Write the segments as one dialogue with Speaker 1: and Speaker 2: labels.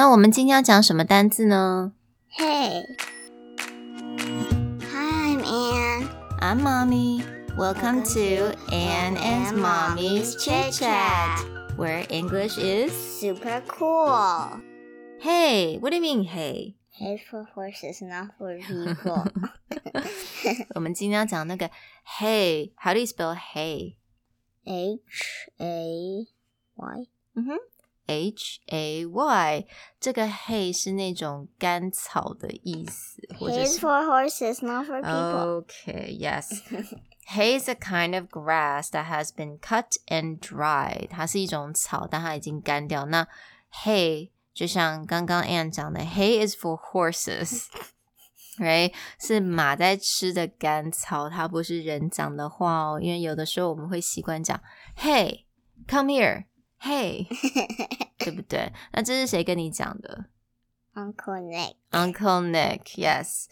Speaker 1: 那我们今天要讲什么单字呢
Speaker 2: Hey. Hi, I'm Anne.
Speaker 1: ？I'm mommy. Welcome to Anne and Mommy's Chit Chat, where English is.
Speaker 2: Super cool.
Speaker 1: Hey, what do you mean? Hey.
Speaker 2: Hey for horses, not for people.
Speaker 1: 我们今天要讲那个 Hey. How do you spell Hey?
Speaker 2: H A Y.
Speaker 1: 嗯哼，H A Y 这个 hay 是那种甘草的意思，或者
Speaker 2: Hay
Speaker 1: 是
Speaker 2: for horses, not for people.
Speaker 1: Okay, yes. Hay is a kind of grass that has been cut and dried. 它是一种草，但它已经干掉。那 hay 就像刚刚 Anne 讲的，hay is for horses。right 是马在吃的干草，它不是人讲的话哦。因为有的时候我们会习惯讲 “Hey, come here, Hey”，对不对？那这是谁跟你讲的
Speaker 2: Uncle Nick.
Speaker 1: ？Uncle Nick，yes。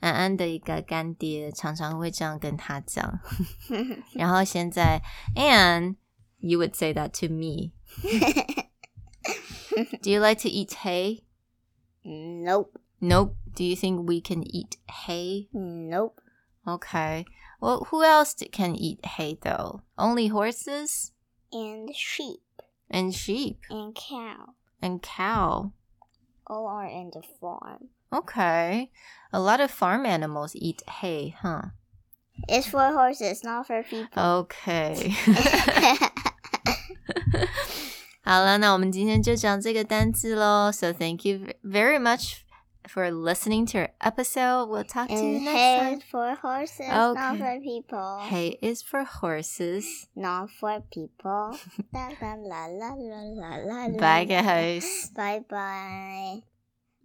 Speaker 1: 安安的一个干爹常常会这样跟他讲。然后现在 Anne, you would say that to me. Do you like to eat hay?
Speaker 2: nope.
Speaker 1: Nope. Do you think we can eat hay?
Speaker 2: Nope.
Speaker 1: Okay. Well, who else d- can eat hay though? Only horses
Speaker 2: And sheep
Speaker 1: and sheep
Speaker 2: and cow.
Speaker 1: and cow.
Speaker 2: All are in the farm.
Speaker 1: Okay. A lot of farm animals eat hay, huh?
Speaker 2: It's for horses, not for people.
Speaker 1: Okay. Oh. 好了，那我们今天就讲这个单字喽。So thank you very much for listening to our episode. We'll talk to you
Speaker 2: and
Speaker 1: next
Speaker 2: hay
Speaker 1: time.
Speaker 2: for horses,
Speaker 1: Okay.
Speaker 2: not for people.
Speaker 1: Hay is for horses.
Speaker 2: not for people. la la la la la la la.
Speaker 1: Bye, guys.
Speaker 2: Bye bye.